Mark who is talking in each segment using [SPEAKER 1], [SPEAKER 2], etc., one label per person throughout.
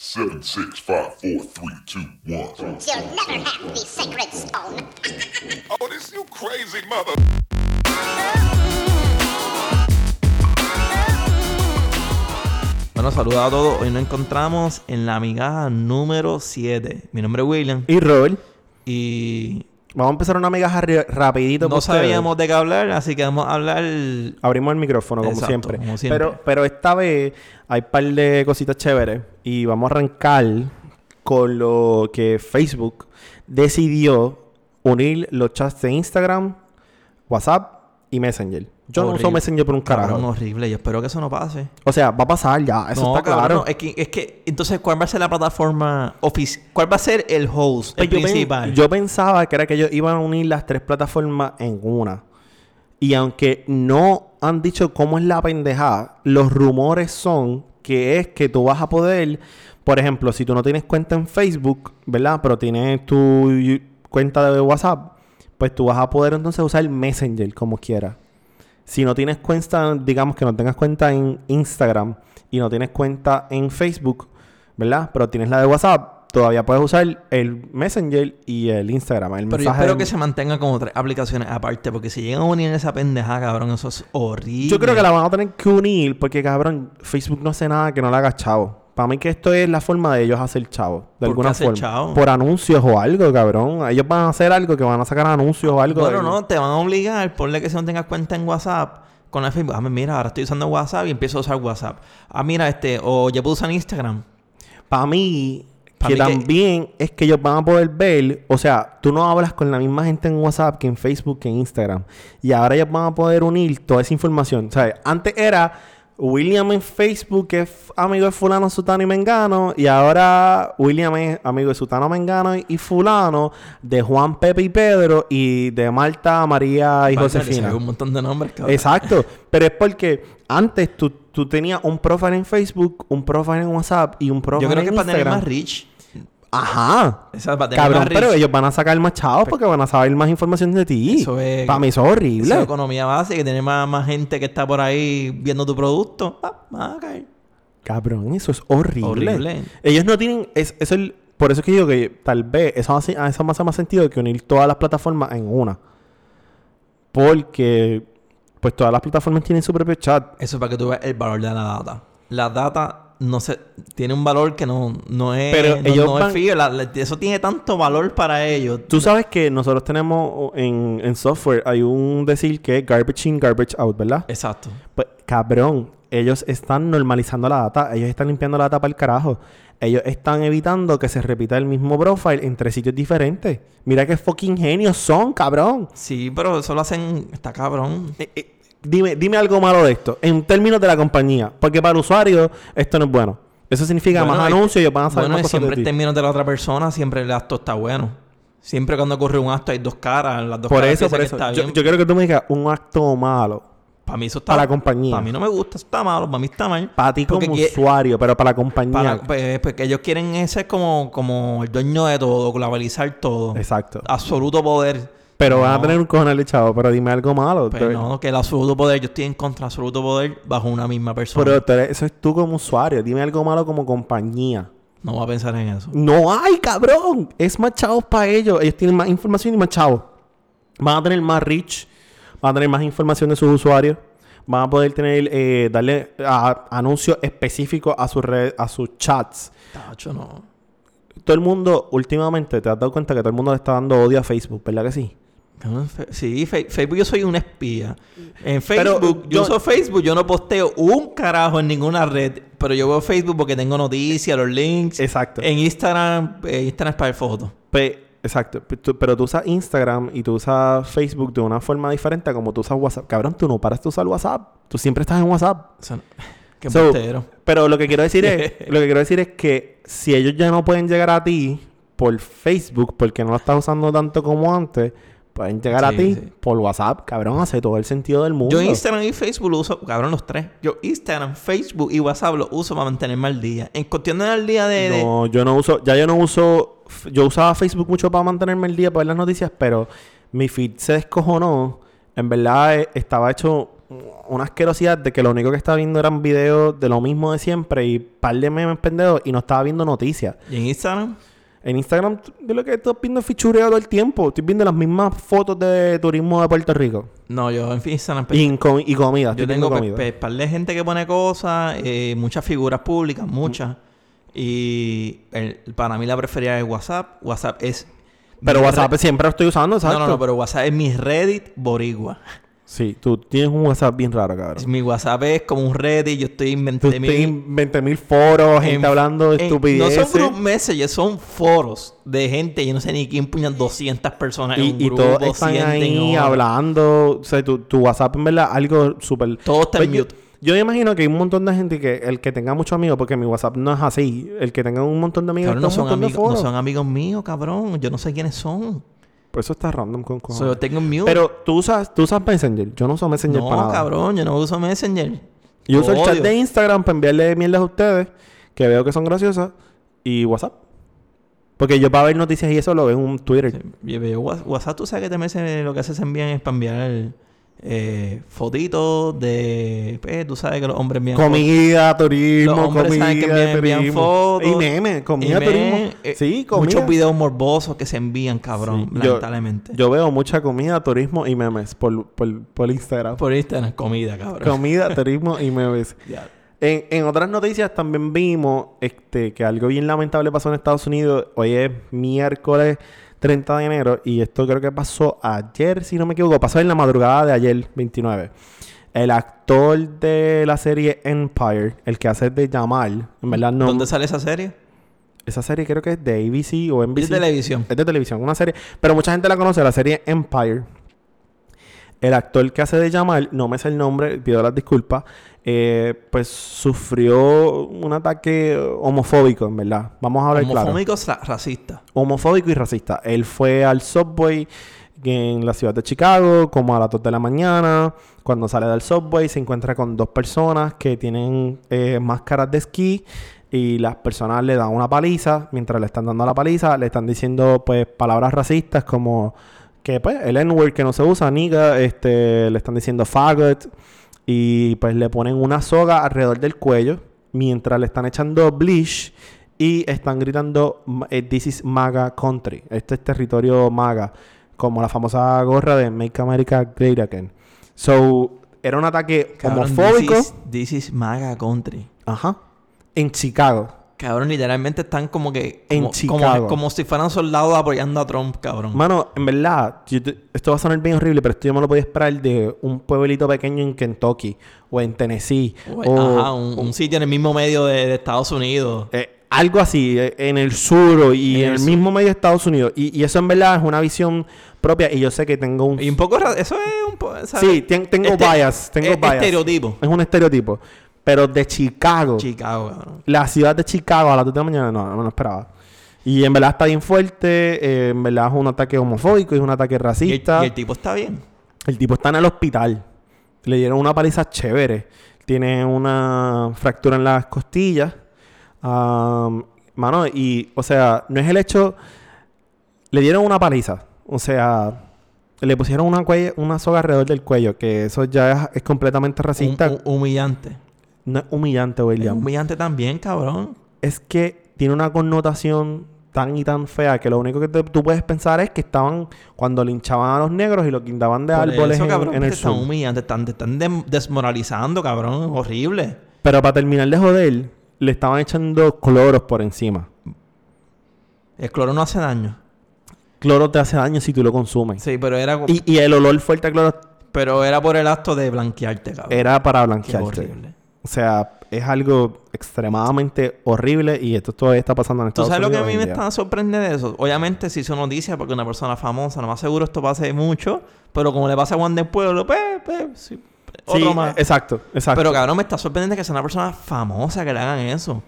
[SPEAKER 1] Seven, six, five, four, three, two, one.
[SPEAKER 2] You'll never have the sacred stone.
[SPEAKER 1] Oh, this you crazy mother.
[SPEAKER 3] Bueno, saludos a todos. Hoy nos encontramos en la migaja número 7. Mi nombre es William
[SPEAKER 4] Y Robert,
[SPEAKER 3] y
[SPEAKER 4] vamos a empezar una migaja ri- rapidito.
[SPEAKER 3] no
[SPEAKER 4] pa' ustedes.
[SPEAKER 3] sabíamos de qué hablar, así que vamos a hablar...
[SPEAKER 4] Abrimos el micrófono, como,
[SPEAKER 3] Exacto,
[SPEAKER 4] siempre.
[SPEAKER 3] como siempre.
[SPEAKER 4] Pero, pero esta vez hay un par de cositas chéveres. Y vamos a arrancar con lo que Facebook decidió unir los chats de Instagram, WhatsApp y Messenger. Yo no
[SPEAKER 3] Horrible.
[SPEAKER 4] uso Messenger por un carajo.
[SPEAKER 3] Cabrón, horrible. Yo espero que eso no pase.
[SPEAKER 4] O sea, va a pasar ya. Eso
[SPEAKER 3] no,
[SPEAKER 4] está claro.
[SPEAKER 3] cabrón, Es que, es que, entonces, ¿cuál va a ser la plataforma oficial? ¿Cuál va a ser el host, el
[SPEAKER 4] Pues yo, pen-
[SPEAKER 3] principal?
[SPEAKER 4] yo pensaba que era que ellos iban a unir las tres plataformas en una. Y aunque no han dicho cómo es la pendejada, los rumores son que es que tú vas a poder, por ejemplo, si tú no tienes cuenta en Facebook, ¿verdad? Pero tienes tu yu- cuenta de WhatsApp, pues tú vas a poder entonces usar Messenger como quieras. Si no tienes cuenta, digamos que no tengas cuenta en Instagram y no tienes cuenta en Facebook, ¿verdad? Pero tienes la de WhatsApp, todavía puedes usar el Messenger y el Instagram. El
[SPEAKER 3] Pero yo
[SPEAKER 4] mensaje
[SPEAKER 3] espero
[SPEAKER 4] de-
[SPEAKER 3] que se mantenga como tres aplicaciones aparte, porque si llegan a unir esa pendeja, cabrón, eso es horrible.
[SPEAKER 4] Yo creo que la van a tener que unir porque, cabrón, Facebook no hace nada que no la haga chavo. Para mí que esto es la forma de ellos hacer chavo.
[SPEAKER 3] qué
[SPEAKER 4] De alguna
[SPEAKER 3] hacer
[SPEAKER 4] forma.
[SPEAKER 3] chavo?
[SPEAKER 4] Por anuncios o algo, cabrón. Ellos van a hacer algo que van a sacar anuncios o algo.
[SPEAKER 3] Bueno,
[SPEAKER 4] del-
[SPEAKER 3] no, te van a obligar, ponle que si no tengas cuenta en WhatsApp, con la Facebook, ah, mira, ahora estoy usando WhatsApp y empiezo a usar WhatsApp. Ah, mira, este, o ya puedo usar Instagram.
[SPEAKER 4] Para mí,
[SPEAKER 3] Pa'
[SPEAKER 4] que
[SPEAKER 3] mí que-
[SPEAKER 4] también es que ellos van a poder ver, o sea, tú no hablas con la misma gente en WhatsApp que en Facebook, que en Instagram. Y ahora ellos van a poder unir toda esa información. ¿Sabes? Antes era William en Facebook, que es amigo de fulano, sutano y mengano. Y ahora William es amigo de sutano, mengano y- y fulano, de Juan, Pepe y Pedro, y de Marta, María
[SPEAKER 3] Vale,
[SPEAKER 4] y Josefina.
[SPEAKER 3] salió Un montón de nombres, cabrón.
[SPEAKER 4] Exacto. Pero es porque antes tú, tú tenías un profile en Facebook, un profile en WhatsApp y un profile
[SPEAKER 3] Yo creo
[SPEAKER 4] en
[SPEAKER 3] que para
[SPEAKER 4] Instagram.
[SPEAKER 3] tener más reach.
[SPEAKER 4] Ajá.
[SPEAKER 3] Esa es para tener
[SPEAKER 4] Cabrón,
[SPEAKER 3] más reach.
[SPEAKER 4] pero ellos van a sacar más chavos porque van a saber más información de ti.
[SPEAKER 3] Eso es-
[SPEAKER 4] Para mí eso es horrible.
[SPEAKER 3] Esa economía básica, que tener más, más gente que está por ahí viendo tu producto. Ah, va a caer.
[SPEAKER 4] Cabrón, eso es horrible.
[SPEAKER 3] Horrible.
[SPEAKER 4] Ellos no tienen... Es, es el, por eso es que digo que tal vez eso hace, a eso me hace más sentido que unir todas las plataformas en una. Porque... Pues todas las plataformas tienen su propio chat.
[SPEAKER 3] Eso es para que tú veas el valor de la data. La data no se tiene un valor que no, no es,
[SPEAKER 4] Pero
[SPEAKER 3] no,
[SPEAKER 4] ellos
[SPEAKER 3] no es
[SPEAKER 4] van-
[SPEAKER 3] frío. La- la- eso tiene tanto valor para ellos.
[SPEAKER 4] Tú sabes que nosotros tenemos o- en, en software, hay un decir que es garbage in, garbage out, ¿verdad?
[SPEAKER 3] Exacto.
[SPEAKER 4] Pues, cabrón, ellos están normalizando la data, ellos están limpiando la data para el carajo. Ellos están evitando que se repita el mismo profile entre sitios diferentes. Mira qué fucking genios son, cabrón.
[SPEAKER 3] Sí, pero eso lo hacen. Está cabrón.
[SPEAKER 4] Eh, eh, dime, dime algo malo de esto, en términos de la compañía, porque para el usuario esto no es bueno. Eso significa
[SPEAKER 3] Bueno,
[SPEAKER 4] más
[SPEAKER 3] es-
[SPEAKER 4] anuncios y ellos van a saber
[SPEAKER 3] bueno,
[SPEAKER 4] más
[SPEAKER 3] y
[SPEAKER 4] cosas de
[SPEAKER 3] siempre en
[SPEAKER 4] ti.
[SPEAKER 3] términos de la otra persona, siempre el acto está bueno. Siempre cuando ocurre un acto hay dos caras, las dos
[SPEAKER 4] Por
[SPEAKER 3] caras
[SPEAKER 4] eso,
[SPEAKER 3] piensan
[SPEAKER 4] por
[SPEAKER 3] que
[SPEAKER 4] eso.
[SPEAKER 3] está
[SPEAKER 4] Yo,
[SPEAKER 3] bien.
[SPEAKER 4] yo quiero que tú me digas un acto malo
[SPEAKER 3] para mí eso está
[SPEAKER 4] para la compañía.
[SPEAKER 3] Para mí no me gusta, eso está malo, para mí está mal.
[SPEAKER 4] Para ti como
[SPEAKER 3] Porque quie-
[SPEAKER 4] usuario, pero para la compañía.
[SPEAKER 3] para- pues, porque ellos quieren ser como, como el dueño de todo, globalizar todo.
[SPEAKER 4] Exacto.
[SPEAKER 3] Absoluto poder.
[SPEAKER 4] Pero van a
[SPEAKER 3] No,
[SPEAKER 4] tener un cojonal echado, pero dime algo malo.
[SPEAKER 3] pues
[SPEAKER 4] Tú-
[SPEAKER 3] no, que el absoluto poder, yo estoy en contra del absoluto poder bajo una misma persona.
[SPEAKER 4] Pero tú eres- eso es tú como usuario. Dime algo malo como compañía.
[SPEAKER 3] no voy a pensar en eso.
[SPEAKER 4] No hay, cabrón. Es más chavos para ellos. Ellos tienen más información y más chavos. Van a tener más reach. Van a tener más información de sus usuarios. Van a poder tener, eh, darle a- anuncios específicos a sus redes, a sus chats.
[SPEAKER 3] Tacho, no.
[SPEAKER 4] Todo el mundo, últimamente, te has dado cuenta que todo el mundo le está dando odio a Facebook, ¿verdad que sí?
[SPEAKER 3] Cabrón, fe- Sí, fe- Facebook yo soy un espía. En
[SPEAKER 4] Pero
[SPEAKER 3] Facebook, yo,
[SPEAKER 4] yo-
[SPEAKER 3] uso Facebook, yo no posteo un carajo en ninguna red, pero yo veo Facebook porque tengo noticias, los links.
[SPEAKER 4] Exacto.
[SPEAKER 3] En Instagram, eh, Instagram es para el fotos.
[SPEAKER 4] Pe- Exacto, Pe- tú- pero tú usas Instagram y tú usas Facebook de una forma diferente a como tú usas WhatsApp. Cabrón, tú no paras de usar WhatsApp. Tú siempre estás en WhatsApp.
[SPEAKER 3] O sea, qué
[SPEAKER 4] So,
[SPEAKER 3] embustero.
[SPEAKER 4] pero lo que quiero decir es, lo que quiero decir es que si ellos ya no pueden llegar a ti por Facebook porque no lo estás usando tanto como antes, pueden llegar
[SPEAKER 3] Sí,
[SPEAKER 4] a ti
[SPEAKER 3] sí.
[SPEAKER 4] por WhatsApp. Cabrón, hace todo el sentido del mundo.
[SPEAKER 3] Yo Instagram y Facebook lo uso, cabrón, los tres. Yo Instagram, Facebook y WhatsApp lo uso para mantenerme al día. En cuestión de al día de... de-
[SPEAKER 4] No, yo no uso, ya yo no uso, f- yo usaba Facebook mucho para mantenerme el día, para ver las noticias, pero mi feed se descojonó. En verdad eh, estaba hecho una asquerosidad de que lo único que estaba viendo eran videos de lo mismo de siempre y par de memes pendejos y no estaba viendo noticias.
[SPEAKER 3] ¿Y en Instagram?
[SPEAKER 4] En Instagram, t- yo lo que estoy viendo es fichureo todo el tiempo. Estoy viendo las mismas fotos de turismo de Puerto Rico.
[SPEAKER 3] No, yo en Instagram.
[SPEAKER 4] Y, en comi- y comida.
[SPEAKER 3] Yo
[SPEAKER 4] Estoy viendo
[SPEAKER 3] tengo pe-
[SPEAKER 4] comida.
[SPEAKER 3] pe- par de gente que pone cosas, eh, muchas figuras públicas, muchas. Y el- para mí la preferida es WhatsApp. WhatsApp es.
[SPEAKER 4] Pero
[SPEAKER 3] mi
[SPEAKER 4] WhatsApp
[SPEAKER 3] re-
[SPEAKER 4] siempre lo estoy usando,
[SPEAKER 3] No,
[SPEAKER 4] ¿sabes?
[SPEAKER 3] no, no, pero WhatsApp es mi Reddit borigua.
[SPEAKER 4] Sí, tú tienes un WhatsApp bien raro, cabrón.
[SPEAKER 3] Mi WhatsApp es como un Reddit, yo estoy
[SPEAKER 4] Tú
[SPEAKER 3] inventando.
[SPEAKER 4] tienes 20.000 foros, gente hablando de estupideces.
[SPEAKER 3] No son group messages, son foros de gente. Yo no sé ni quién puñan 200 personas en un
[SPEAKER 4] y, y
[SPEAKER 3] grupo.
[SPEAKER 4] todos están
[SPEAKER 3] 100 en
[SPEAKER 4] ahí
[SPEAKER 3] otro.
[SPEAKER 4] hablando. O sea, tu, tu WhatsApp en verdad algo súper...
[SPEAKER 3] Todo está en
[SPEAKER 4] Pues yo-
[SPEAKER 3] mute.
[SPEAKER 4] Yo me imagino que hay un montón de gente que... El que tenga muchos amigos, porque mi WhatsApp no es así. El que tenga un montón de amigos
[SPEAKER 3] Cabrón, no
[SPEAKER 4] está en
[SPEAKER 3] son,
[SPEAKER 4] un montón de
[SPEAKER 3] amigos, no
[SPEAKER 4] foros.
[SPEAKER 3] son amigos míos, cabrón. Yo no sé quiénes son.
[SPEAKER 4] Por eso está random con cojones.
[SPEAKER 3] So, yo tengo en mute.
[SPEAKER 4] Pero tú usas, tú usas Messenger. Yo no uso Messenger
[SPEAKER 3] no,
[SPEAKER 4] para nada.
[SPEAKER 3] cabrón, yo no uso Messenger.
[SPEAKER 4] Yo
[SPEAKER 3] Lo
[SPEAKER 4] uso el chat
[SPEAKER 3] odio.
[SPEAKER 4] de Instagram para enviarle mierdas a ustedes, que veo que son graciosas, y WhatsApp. Porque yo para ver noticias y eso lo veo en un Twitter.
[SPEAKER 3] Sí, yo- yo- Whats- WhatsApp, tú sabes que también se- lo que haces envían es para enviar eh, fotitos de. pues, tú sabes que los hombres envían fotos.
[SPEAKER 4] Comida, turismo,
[SPEAKER 3] Los hombres
[SPEAKER 4] comida,
[SPEAKER 3] saben que envían, envían
[SPEAKER 4] turismo.
[SPEAKER 3] fotos.
[SPEAKER 4] y memes, comida,
[SPEAKER 3] y memes,
[SPEAKER 4] turismo.
[SPEAKER 3] eh,
[SPEAKER 4] sí, comida.
[SPEAKER 3] Muchos videos morbosos que se envían, cabrón,
[SPEAKER 4] Sí, yo-
[SPEAKER 3] lamentablemente.
[SPEAKER 4] Yo veo mucha comida, turismo y memes por, por, por Instagram.
[SPEAKER 3] Por Instagram, comida, cabrón.
[SPEAKER 4] Comida, turismo y memes.
[SPEAKER 3] Ya.
[SPEAKER 4] En, en otras noticias también vimos este, que algo bien lamentable pasó en Estados Unidos. Hoy es miércoles 30 de enero y esto creo que pasó ayer, si no me equivoco. Pasó en la madrugada de ayer, 29. El actor de la serie Empire, el que hace de Jamal, en verdad no.
[SPEAKER 3] ¿Dónde sale esa serie?
[SPEAKER 4] Esa serie creo que es de ABC o NBC.
[SPEAKER 3] Es de televisión.
[SPEAKER 4] Es de televisión, una serie. Pero mucha gente la conoce, la serie Empire. El actor que hace de Jamal, no me sé el nombre, pido las disculpas, eh, pues sufrió un ataque homofóbico, en verdad. Vamos a hablar claro.
[SPEAKER 3] Homofóbico ra- racista.
[SPEAKER 4] Homofóbico y racista. Él fue al subway en la ciudad de Chicago, como a las 2 de la mañana. Cuando sale del subway, se encuentra con dos personas que tienen eh, máscaras de esquí. Y las personas le dan una paliza. Mientras le están dando la paliza, le están diciendo pues palabras racistas como que pues el N-word que no se usa, nigga, este, le están diciendo faggot. Y pues le ponen una soga alrededor del cuello mientras le están echando bleach y están gritando ma- eh, This is MAGA country. Este es territorio MAGA. Como la famosa gorra de Make America Great Again. So, era un ataque
[SPEAKER 3] Cabrón,
[SPEAKER 4] homofóbico.
[SPEAKER 3] This is, this is MAGA Country.
[SPEAKER 4] Ajá. En Chicago.
[SPEAKER 3] Cabrón, literalmente están como que.
[SPEAKER 4] En
[SPEAKER 3] como,
[SPEAKER 4] Chicago.
[SPEAKER 3] Como, como si fueran soldados apoyando a Trump, cabrón.
[SPEAKER 4] Mano, en verdad, yo te- esto va a sonar bien horrible, pero esto yo me lo podía esperar de un pueblito pequeño en Kentucky o en Tennessee.
[SPEAKER 3] O-
[SPEAKER 4] o-
[SPEAKER 3] Pues, ajá, un, un sitio en el mismo medio de, de Estados Unidos.
[SPEAKER 4] Eh, algo así, eh, en el sur y en,
[SPEAKER 3] En
[SPEAKER 4] el
[SPEAKER 3] el
[SPEAKER 4] mismo medio de Estados Unidos. Y, y eso en verdad es una visión propia y yo sé que tengo un...
[SPEAKER 3] Y un poco. ra- Eso es un poco.
[SPEAKER 4] sí, ten- tengo bias, tengo bias.
[SPEAKER 3] Este e-, Estereotipo.
[SPEAKER 4] Es un estereotipo. Pero de Chicago,
[SPEAKER 3] Chicago, cabrón.
[SPEAKER 4] la ciudad de Chicago a las 2 de la mañana, no, no me lo esperaba. Y en verdad está bien fuerte, eh, en verdad es un ataque homofóbico, es un ataque
[SPEAKER 3] Y el,
[SPEAKER 4] racista.
[SPEAKER 3] y el tipo está bien.
[SPEAKER 4] El tipo está en el hospital. Le dieron una paliza chévere. Tiene una fractura en las costillas. Am, mano, y, o sea, no es el hecho. Le dieron una paliza. O sea, le pusieron una, cuello- una soga alrededor del cuello, que eso ya es, es completamente racista.
[SPEAKER 3] Hum- hu- humillante.
[SPEAKER 4] no es humillante,
[SPEAKER 3] Es
[SPEAKER 4] William.
[SPEAKER 3] humillante también, cabrón.
[SPEAKER 4] Es que tiene una connotación tan y tan fea que lo único que te- tú puedes pensar es que estaban cuando linchaban a los negros y los guindaban de
[SPEAKER 3] Por
[SPEAKER 4] árboles
[SPEAKER 3] eso,
[SPEAKER 4] en-
[SPEAKER 3] cabrón,
[SPEAKER 4] en,
[SPEAKER 3] te
[SPEAKER 4] el
[SPEAKER 3] están
[SPEAKER 4] sur.
[SPEAKER 3] humillando, te están, te están dem- desmoralizando, cabrón. Horrible.
[SPEAKER 4] Pero para terminar de joder, le estaban echando cloros por encima.
[SPEAKER 3] El cloro no hace daño.
[SPEAKER 4] Cloro te hace daño si tú lo consumes.
[SPEAKER 3] Sí, pero era,
[SPEAKER 4] Y, y el olor fuerte a cloro
[SPEAKER 3] pero era por el acto de blanquearte, cabrón.
[SPEAKER 4] era para
[SPEAKER 3] Qué
[SPEAKER 4] blanquearte.
[SPEAKER 3] horrible.
[SPEAKER 4] O sea, es algo extremadamente horrible y esto todavía está pasando en
[SPEAKER 3] ¿Tú
[SPEAKER 4] Estados
[SPEAKER 3] sabes lo que
[SPEAKER 4] Unidos.
[SPEAKER 3] a mí me
[SPEAKER 4] hoy en día.
[SPEAKER 3] está sorprende de eso? Obviamente se hizo noticia porque una persona famosa, lo más seguro esto pase mucho, pero como le pasa a Juan del Pueblo, pues, pues, sí, otro
[SPEAKER 4] Sí,
[SPEAKER 3] más.
[SPEAKER 4] exacto, exacto.
[SPEAKER 3] Pero cabrón, me está sorprendiendo que sea una persona famosa que le hagan eso.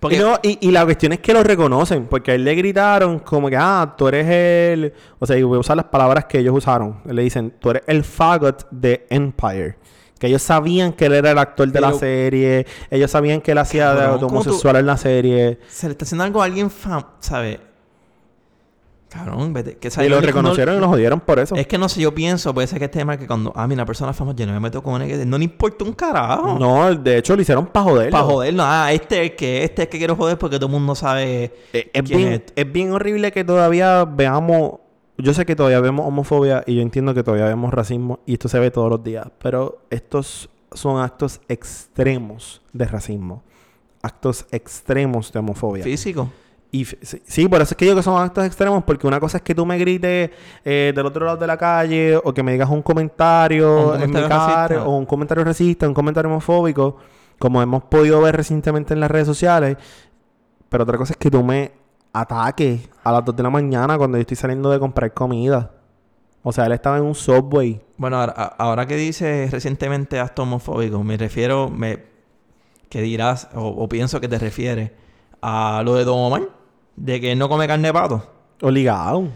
[SPEAKER 3] Porque
[SPEAKER 4] Y, no, y, y la cuestión es que lo reconocen, porque a él le gritaron como que, ah, tú eres el... O sea, y voy a usar las palabras que ellos usaron. Le dicen, tú eres el faggot de Empire. Que ellos sabían que él era el actor de la
[SPEAKER 3] Pero-
[SPEAKER 4] serie, ellos sabían que él hacía de
[SPEAKER 3] Cabrón, ¿cómo tú-
[SPEAKER 4] homosexual en la serie.
[SPEAKER 3] se le está haciendo algo a alguien fam... ¿Sabes? Cabrón, vete. Que
[SPEAKER 4] y
[SPEAKER 3] sabe,
[SPEAKER 4] lo
[SPEAKER 3] no- no-
[SPEAKER 4] reconocieron y lo jodieron por eso.
[SPEAKER 3] Es que no sé, yo pienso, puede ser que este tema que cuando, ah, mira, persona famosa, yo no me meto con él, que no le importa un carajo.
[SPEAKER 4] No, de hecho lo hicieron para joder.
[SPEAKER 3] Para joderlo, ah, este es el que, este es el que quiero joder porque todo el mundo sabe
[SPEAKER 4] Eh, es,
[SPEAKER 3] quién
[SPEAKER 4] bien, es bien horrible que todavía veamos. Yo sé que todavía vemos homofobia y yo entiendo que todavía vemos racismo y esto se ve todos los días, pero estos son actos extremos de racismo. Actos extremos de homofobia.
[SPEAKER 3] físico.
[SPEAKER 4] Y f- sí, sí, por eso es que digo que son actos extremos, porque una cosa es que tú me grites eh, del otro lado de la calle o que me digas un comentario,
[SPEAKER 3] Un
[SPEAKER 4] en mi
[SPEAKER 3] comentario
[SPEAKER 4] cara,
[SPEAKER 3] racista.
[SPEAKER 4] o un comentario racista, un comentario homofóbico, como hemos podido ver recientemente en las redes sociales. Pero otra cosa es que tú me ataques a las 2 de la mañana cuando yo estoy saliendo de comprar comida. O sea, él estaba en un subway.
[SPEAKER 3] Bueno, ahora, a- ahora que dices recientemente acto homofóbico, me refiero, me, que dirás, o, o pienso que te refieres a lo de Don Omar, de que no come carne de pato.
[SPEAKER 4] Obligado.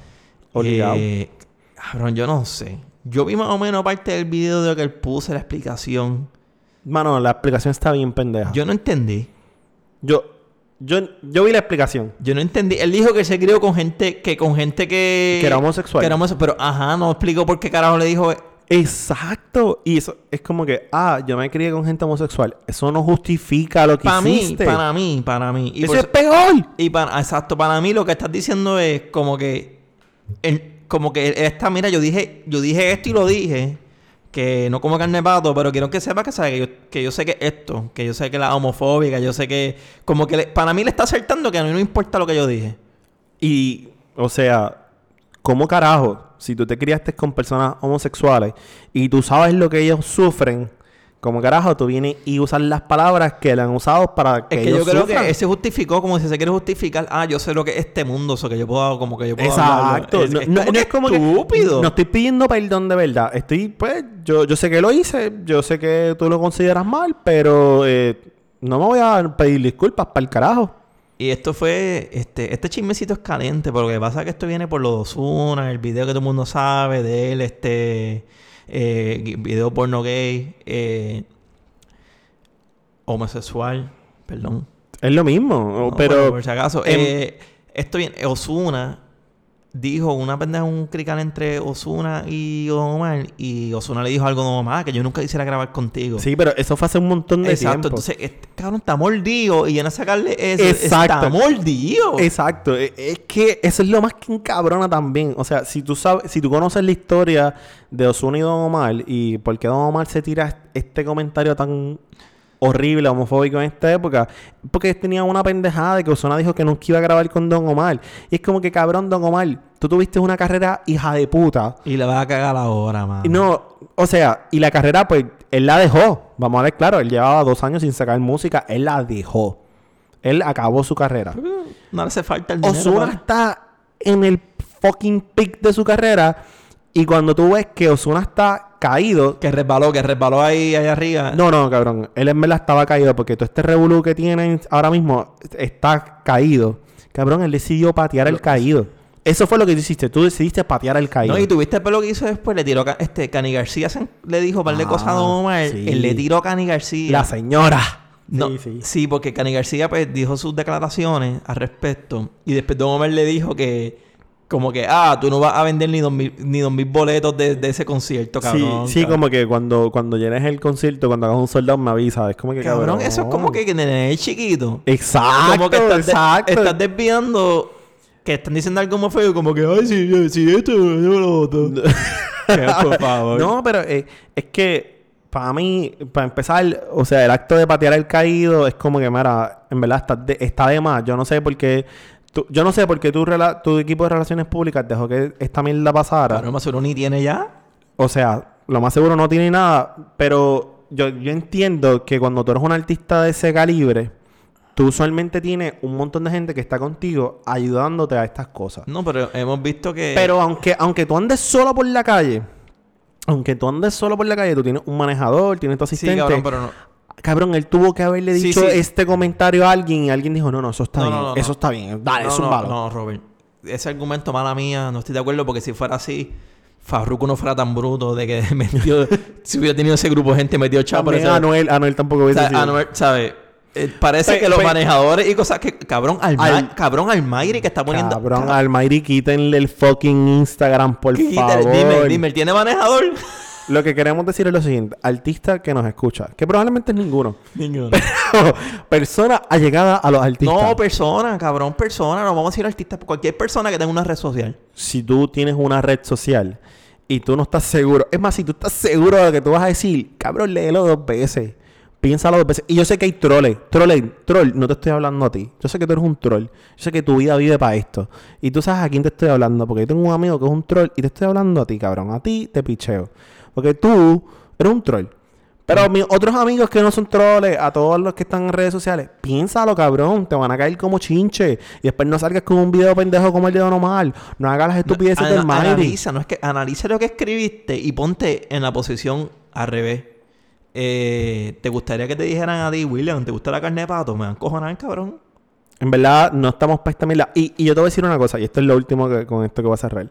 [SPEAKER 4] Obligado.
[SPEAKER 3] Eh, cabrón, yo no sé. Yo vi más o menos parte del video de lo que él puso, la explicación.
[SPEAKER 4] Mano, la explicación está bien pendeja. Yo,
[SPEAKER 3] Yo no entendí.
[SPEAKER 4] yo, yo, vi la explicación.
[SPEAKER 3] Yo no entendí. Él dijo que se crió con gente que con gente que
[SPEAKER 4] Que era homosexual.
[SPEAKER 3] que era homose- pero ajá, no explico por qué carajo le dijo. eh,
[SPEAKER 4] Exacto. Y eso es como que, ah, yo me crié con gente homosexual. Eso no justifica lo que
[SPEAKER 3] Para mí,
[SPEAKER 4] hiciste.
[SPEAKER 3] para mí, para mí. Y
[SPEAKER 4] eso
[SPEAKER 3] por
[SPEAKER 4] es
[SPEAKER 3] eso-
[SPEAKER 4] peor.
[SPEAKER 3] Y para, exacto, para mí lo que estás diciendo es como que el- como que esta, mira, yo dije, yo dije esto y lo dije, que no como carne de pato, pero quiero que sepa que sabe que yo, que yo sé que esto, que yo sé que la homofóbica, yo sé que como que le- para mí le está acertando que a mí no importa lo que yo dije.
[SPEAKER 4] Y, o sea, ¿cómo carajo? Si tú te criaste con personas homosexuales y tú sabes lo que ellos sufren, ¿cómo carajo tú vienes y usas las palabras que le han usado para que
[SPEAKER 3] Es que yo
[SPEAKER 4] ellos
[SPEAKER 3] creo
[SPEAKER 4] sufran?
[SPEAKER 3] que él se justificó como si se quiere justificar, ah, yo sé lo que es este mundo, eso que yo puedo como que yo puedo hablarlo.
[SPEAKER 4] Exacto.
[SPEAKER 3] Es,
[SPEAKER 4] no,
[SPEAKER 3] es
[SPEAKER 4] no-
[SPEAKER 3] como
[SPEAKER 4] no
[SPEAKER 3] que
[SPEAKER 4] es como
[SPEAKER 3] estúpido.
[SPEAKER 4] que. No estoy pidiendo perdón de verdad. Estoy, pues, yo, yo sé que lo hice, yo sé que tú lo consideras mal, pero eh, no me voy a pedir disculpas para el carajo.
[SPEAKER 3] Y esto fue, este, este chismecito es caliente, pero lo que pasa es que esto viene por los de Ozuna, el video que todo el mundo sabe de él, este eh, gui- video porno gay, eh, homosexual, perdón.
[SPEAKER 4] Es lo mismo.
[SPEAKER 3] No,
[SPEAKER 4] Oh, pero.
[SPEAKER 3] bueno, por si acaso,
[SPEAKER 4] em,
[SPEAKER 3] eh, esto viene, Osuna dijo una pendeja, un crical entre Osuna y Don Omar, y Osuna le dijo algo a Don Omar, que yo nunca quisiera grabar contigo.
[SPEAKER 4] sí, pero eso fue hace un montón de
[SPEAKER 3] Exacto,
[SPEAKER 4] tiempo.
[SPEAKER 3] entonces este cabrón está mordido y viene a sacarle eso.
[SPEAKER 4] Exacto.
[SPEAKER 3] Está mordido.
[SPEAKER 4] Exacto, E- es que eso es lo más que encabrona también. O sea, si tú sabes, si tú conoces la historia de Ozuna y Don Omar y por qué Don Omar se tira este comentario tan horrible, homofóbico en esta época, porque tenía una pendejada de que Ozuna dijo que nunca iba a grabar con Don Omar. Y es como que cabrón, Don Omar, tú tuviste una carrera hija de puta.
[SPEAKER 3] Y la vas a cagar ahora, mano.
[SPEAKER 4] Y No, o sea, y la carrera, pues, él la dejó. Vamos a ver, claro, él llevaba dos años sin sacar música, él la dejó. Él acabó su carrera.
[SPEAKER 3] No le hace falta el dinero.
[SPEAKER 4] Osuna
[SPEAKER 3] para-
[SPEAKER 4] está en el fucking peak de su carrera. Y cuando tú ves que Osuna está caído.
[SPEAKER 3] Que resbaló, que resbaló ahí, ahí arriba.
[SPEAKER 4] No, no, cabrón. Él en verdad estaba caído. Porque todo este revolú que tiene ahora mismo está caído. Cabrón, él decidió patear al caído. Eso fue lo que tú hiciste. Tú decidiste patear al caído.
[SPEAKER 3] No, y tuviste pero lo que hizo después, le tiró ca- este Cani García se- le dijo un par de
[SPEAKER 4] Ah,
[SPEAKER 3] cosas a Don Omar,
[SPEAKER 4] sí.
[SPEAKER 3] él le tiró a Cani García.
[SPEAKER 4] La señora.
[SPEAKER 3] No,
[SPEAKER 4] Sí,
[SPEAKER 3] sí,
[SPEAKER 4] sí.
[SPEAKER 3] porque Cani García pues, dijo sus declaraciones al respecto. Y después Don Omar le dijo que, como que, ah, tú no vas a vender ni dos mil, ni dos mil boletos de, de ese concierto, cabrón.
[SPEAKER 4] sí, sí,
[SPEAKER 3] cabrón.
[SPEAKER 4] como que cuando, cuando llenes el concierto, cuando hagas un soldado, me avisa. Es como que
[SPEAKER 3] Cabrón, eso es como que en el chiquito.
[SPEAKER 4] Exacto,
[SPEAKER 3] como que estás, de-
[SPEAKER 4] exacto.
[SPEAKER 3] estás desviando que están diciendo algo más feo, como que, ay, si, si esto, yo lo voto. Que, por favor.
[SPEAKER 4] No, pero eh, es que para mí, para empezar, o sea, el acto de patear el caído es como que, mira, en verdad está de, está de más. Yo no sé por qué. tú- yo no sé por qué tu, rela- tu equipo de relaciones públicas dejó que esta mierda pasara.
[SPEAKER 3] Claro, Mazzuroni tiene ya.
[SPEAKER 4] O sea, lo más seguro no tiene nada, pero yo, yo entiendo que cuando tú eres un artista de ese calibre, tú usualmente tienes un montón de gente que está contigo ayudándote a estas cosas.
[SPEAKER 3] No, pero hemos visto que.
[SPEAKER 4] Pero aunque, aunque tú andes solo por la calle, aunque tú andes solo por la calle, tú tienes un manejador, tienes tu
[SPEAKER 3] Sí,
[SPEAKER 4] asistente.
[SPEAKER 3] cabrón, pero no.
[SPEAKER 4] Cabrón, él tuvo que haberle
[SPEAKER 3] Sí,
[SPEAKER 4] dicho
[SPEAKER 3] sí.
[SPEAKER 4] este comentario a alguien y alguien dijo, no, no, eso está
[SPEAKER 3] No,
[SPEAKER 4] bien,
[SPEAKER 3] no, no, no.
[SPEAKER 4] eso está bien, dale,
[SPEAKER 3] no,
[SPEAKER 4] Ah, es un
[SPEAKER 3] no,
[SPEAKER 4] balón.
[SPEAKER 3] no, Robert. Ese argumento, mala mía, no estoy de acuerdo porque si fuera así, Farruko no fuera tan bruto de que metió. si hubiera tenido ese grupo de gente metió chapa.
[SPEAKER 4] También Anuel, Anuel tampoco hubiese
[SPEAKER 3] O sea,
[SPEAKER 4] sido.
[SPEAKER 3] Anuel, ¿sabe? eh, parece
[SPEAKER 4] Pe-
[SPEAKER 3] que los
[SPEAKER 4] pe-
[SPEAKER 3] manejadores y cosas que. Cabrón, al,
[SPEAKER 4] Al-
[SPEAKER 3] cabrón, Almairi que está poniendo.
[SPEAKER 4] Cabrón, Almighty, quítenle el fucking Instagram, por
[SPEAKER 3] Quítale,
[SPEAKER 4] favor.
[SPEAKER 3] Dime, dime, ¿tiene manejador?
[SPEAKER 4] Lo que queremos decir es lo siguiente: artista que nos escucha, que probablemente es ninguno.
[SPEAKER 3] Ninguno.
[SPEAKER 4] Persona allegada a los artistas.
[SPEAKER 3] No, persona, cabrón, persona. No vamos a decir artista. Cualquier persona que tenga una red social.
[SPEAKER 4] si tú tienes una red social y tú no estás seguro, es más, si tú estás seguro de lo que tú vas a decir, cabrón, léelo dos veces. Piénsalo dos veces. Y yo sé que hay troles. Troles, troll, no te estoy hablando a ti. Yo sé que tú eres un troll. Yo sé que tu vida vive para esto. Y tú sabes a quién te estoy hablando. Porque yo tengo un amigo que es un troll y te estoy hablando a ti, cabrón. A ti te picheo. Porque tú eres un troll. Pero mis otros amigos que no son troles, a todos los que están en redes sociales, piénsalo, cabrón. Te van a caer como chinche. Y después no salgas con un video pendejo como el de Don Omar. No hagas las estupideces
[SPEAKER 3] Ana-
[SPEAKER 4] del Mayri.
[SPEAKER 3] Analiza, no es que analiza lo que escribiste y ponte en la posición al revés. Eh, ¿Te gustaría que te dijeran a ti, William, ¿te gusta la carne de pato? Me van a cojonar, cabrón.
[SPEAKER 4] En verdad, no estamos para esta mierda. Y, y yo te voy a decir una cosa, y esto es lo último que- con esto que voy a cerrar.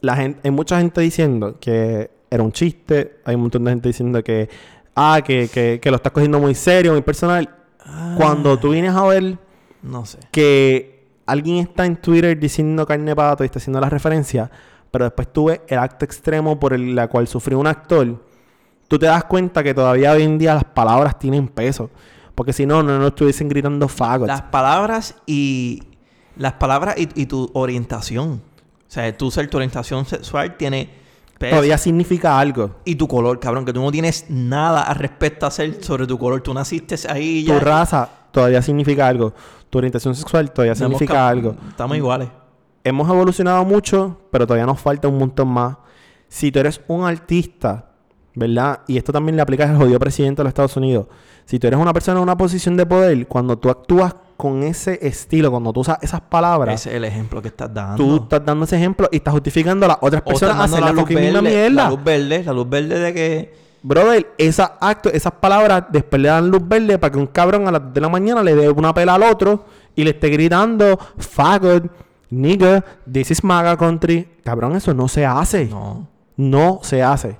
[SPEAKER 4] La gente, hay mucha gente diciendo que era un chiste. Hay un montón de gente diciendo que, ah, que, que, que lo estás cogiendo muy serio, muy personal. Cuando tú vienes a ver
[SPEAKER 3] Ah, No sé.
[SPEAKER 4] que alguien está en Twitter diciendo carne de pato y está haciendo la referencia, pero después tú ves el acto extremo por el la cual sufrió un actor, tú te das cuenta que todavía hoy en día las palabras tienen peso. Porque si no, no nos estuviesen gritando fagot.
[SPEAKER 3] Las palabras y. Las palabras y, y tu orientación. O sea, tú ser tu orientación sexual tiene. peso.
[SPEAKER 4] Todavía significa algo.
[SPEAKER 3] Y tu color, cabrón, que tú no tienes nada al respecto a hacer sobre tu color. Tú naciste ahí y ya.
[SPEAKER 4] Tu raza todavía significa algo. Tu orientación sexual todavía
[SPEAKER 3] No hemos
[SPEAKER 4] significa
[SPEAKER 3] cam-
[SPEAKER 4] algo.
[SPEAKER 3] Estamos iguales.
[SPEAKER 4] hemos evolucionado mucho, pero todavía nos falta un montón más. Si tú eres un artista, ¿verdad? Y esto también le aplicas al jodido presidente de los Estados Unidos. Si tú eres una persona en una posición de poder, cuando tú actúas con ese estilo, cuando tú usas esas palabras,
[SPEAKER 3] Ese es el ejemplo que estás dando.
[SPEAKER 4] tú estás dando ese ejemplo y estás justificando a las otras
[SPEAKER 3] O estás
[SPEAKER 4] personas a
[SPEAKER 3] dando
[SPEAKER 4] hacer la fucking misma
[SPEAKER 3] La
[SPEAKER 4] mierda.
[SPEAKER 3] luz verde, la luz verde de que.
[SPEAKER 4] Brother, esas actos, esas palabras después le dan luz verde para que un cabrón a las 2 de la mañana le dé una pela al otro y le esté gritando, faggot, nigga, this is MAGA country. Cabrón, eso no se hace. No,
[SPEAKER 3] No.
[SPEAKER 4] se hace.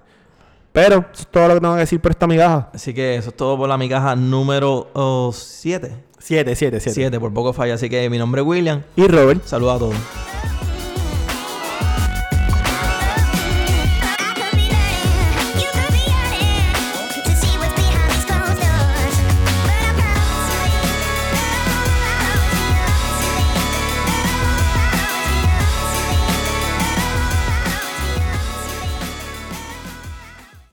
[SPEAKER 4] Pero, eso es todo lo que tengo que decir por esta migaja.
[SPEAKER 3] Así que eso es todo por la mi caja número oh, 7.
[SPEAKER 4] 7, 7, 7.
[SPEAKER 3] 7, por poco falla. Así que mi nombre es William.
[SPEAKER 4] Y Robert.
[SPEAKER 3] Saludos a todos.